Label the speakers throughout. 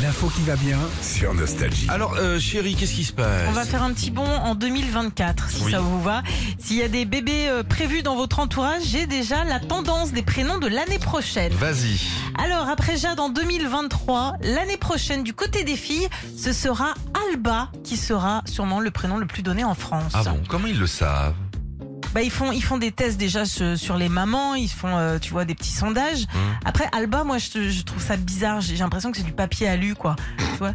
Speaker 1: L'info qui va bien.
Speaker 2: Sur Nostalgie.
Speaker 1: Ah,
Speaker 3: Alors, euh, chérie, qu'est-ce qui se passe
Speaker 4: On va faire un petit bond en 2024, si
Speaker 3: Oui.
Speaker 4: ça vous va. S'il y a des bébés euh, prévus dans votre entourage, j'ai déjà la tendance des prénoms de l'année prochaine.
Speaker 3: Vas-y.
Speaker 4: Alors, après Jade en 2023, l'année prochaine, du côté des filles, ce sera Alba qui sera sûrement le prénom le plus donné en France.
Speaker 3: Ah bon Comment ils le savent
Speaker 4: bah, ils, font, ils font des tests déjà sur sur les mamans, ils font, euh, tu vois, des petits sondages.
Speaker 3: Hmm.
Speaker 4: Après, Alba, moi, je, je trouve ça bizarre. J'ai j'ai l'impression que c'est du papier alu, quoi. tu vois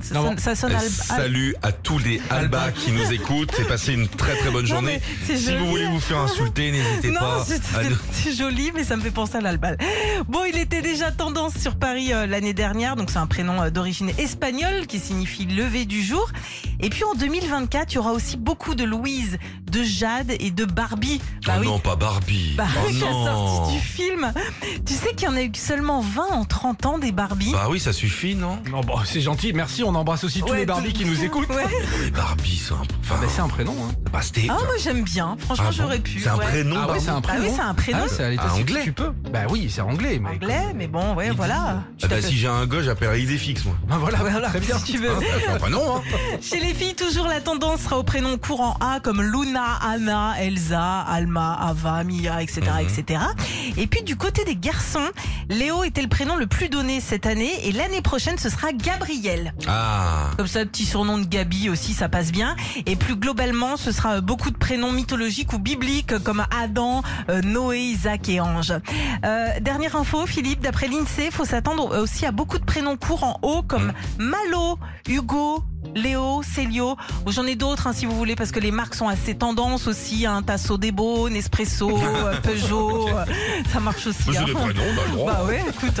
Speaker 4: ça,
Speaker 3: Non,
Speaker 4: sonne- ça sonne
Speaker 3: Eh,
Speaker 4: Alba.
Speaker 3: Salut à tous les Alba qui nous écoutent et passez une très très bonne
Speaker 4: Non,
Speaker 3: journée.
Speaker 4: mais c'est
Speaker 3: si vous
Speaker 4: joli.
Speaker 3: voulez vous faire insulter, n'hésitez
Speaker 4: Non,
Speaker 3: pas. Ah,
Speaker 4: c'est-
Speaker 3: à
Speaker 4: c'est
Speaker 3: nous-
Speaker 4: c'est joli, mais ça me fait penser à l'albal. Bon, il était déjà tendance sur Paris euh, l'année dernière, donc c'est un prénom euh, d'origine espagnole qui signifie lever du jour. Et puis en 2024, il y aura aussi beaucoup de Louise, de Jade et de Barbie. Bah
Speaker 3: oh
Speaker 4: oui,
Speaker 3: non, pas Barbie.
Speaker 4: bah,
Speaker 3: oh
Speaker 4: avec la
Speaker 3: non.
Speaker 4: sortie du film. Tu sais qu'il y en a eu seulement 20 en 30 ans des Barbies.
Speaker 3: Bah oui, ça suffit, non
Speaker 1: Non, bon, c'est gentil, merci. On embrasse aussi tous
Speaker 4: Ouais,
Speaker 1: les Barbies
Speaker 4: tout-
Speaker 1: qui nous écoutent.
Speaker 4: Ouais.
Speaker 3: Les Barbie, c'est un. Enfin,
Speaker 1: Bah, c'est un prénom, hein.
Speaker 3: bah, c'était-
Speaker 4: Ah, moi j'aime bien. Franchement,
Speaker 3: Ah bon
Speaker 4: j'aurais pu.
Speaker 3: C'est un
Speaker 4: ouais.
Speaker 3: prénom,
Speaker 1: Ah ouais,
Speaker 3: Barbie.
Speaker 1: c'est un
Speaker 4: Ah oui,
Speaker 1: prénom.
Speaker 4: c'est un prénom
Speaker 1: Ah, c'est à l'état
Speaker 3: Ah,
Speaker 1: civil,
Speaker 3: anglais.
Speaker 1: Tu peux Bah oui, c'est anglais, mais.
Speaker 4: anglais, mais bon, ouais,
Speaker 1: Il-
Speaker 4: voilà. Tu
Speaker 3: Ah bah,
Speaker 4: t'appelles-
Speaker 3: si j'ai un gars, j'appellerai Idéfix, moi.
Speaker 1: Bah voilà, très bien.
Speaker 4: si tu veux.
Speaker 3: Hein, c'est un prénom, hein
Speaker 4: Chez les filles, toujours la tendance sera aux prénoms courants A comme Luna, Anna, Elsa, Alma, Ava, Mia, etc.,
Speaker 3: Mhm.
Speaker 4: etc. Et puis du côté des garçons, Léo était le prénom le plus donné cette année et l'année prochaine ce sera Gabriel.
Speaker 3: Ah.
Speaker 4: Comme ça, petit surnom de Gabi aussi, ça passe bien. Et plus globalement, ce sera euh, beaucoup de prénoms mythologiques ou bibliques comme Adam, euh, Noé, Isaac et Ange. Euh, dernière info, Philippe, d'après l'INSEE, faut s'attendre aussi à beaucoup de prénoms courts en haut comme
Speaker 3: Mmh.
Speaker 4: Malo, Hugo. Léo, Célio, Bon, j'en ai d'autres hein, si vous voulez parce que les marques sont assez tendances aussi, hein, Tasso Debo, Nespresso, euh, Peugeot, euh, ça marche aussi.
Speaker 3: Mais
Speaker 4: hein.
Speaker 3: c'est des prénoms, t'as le droit.
Speaker 4: Bah ouais, écoute.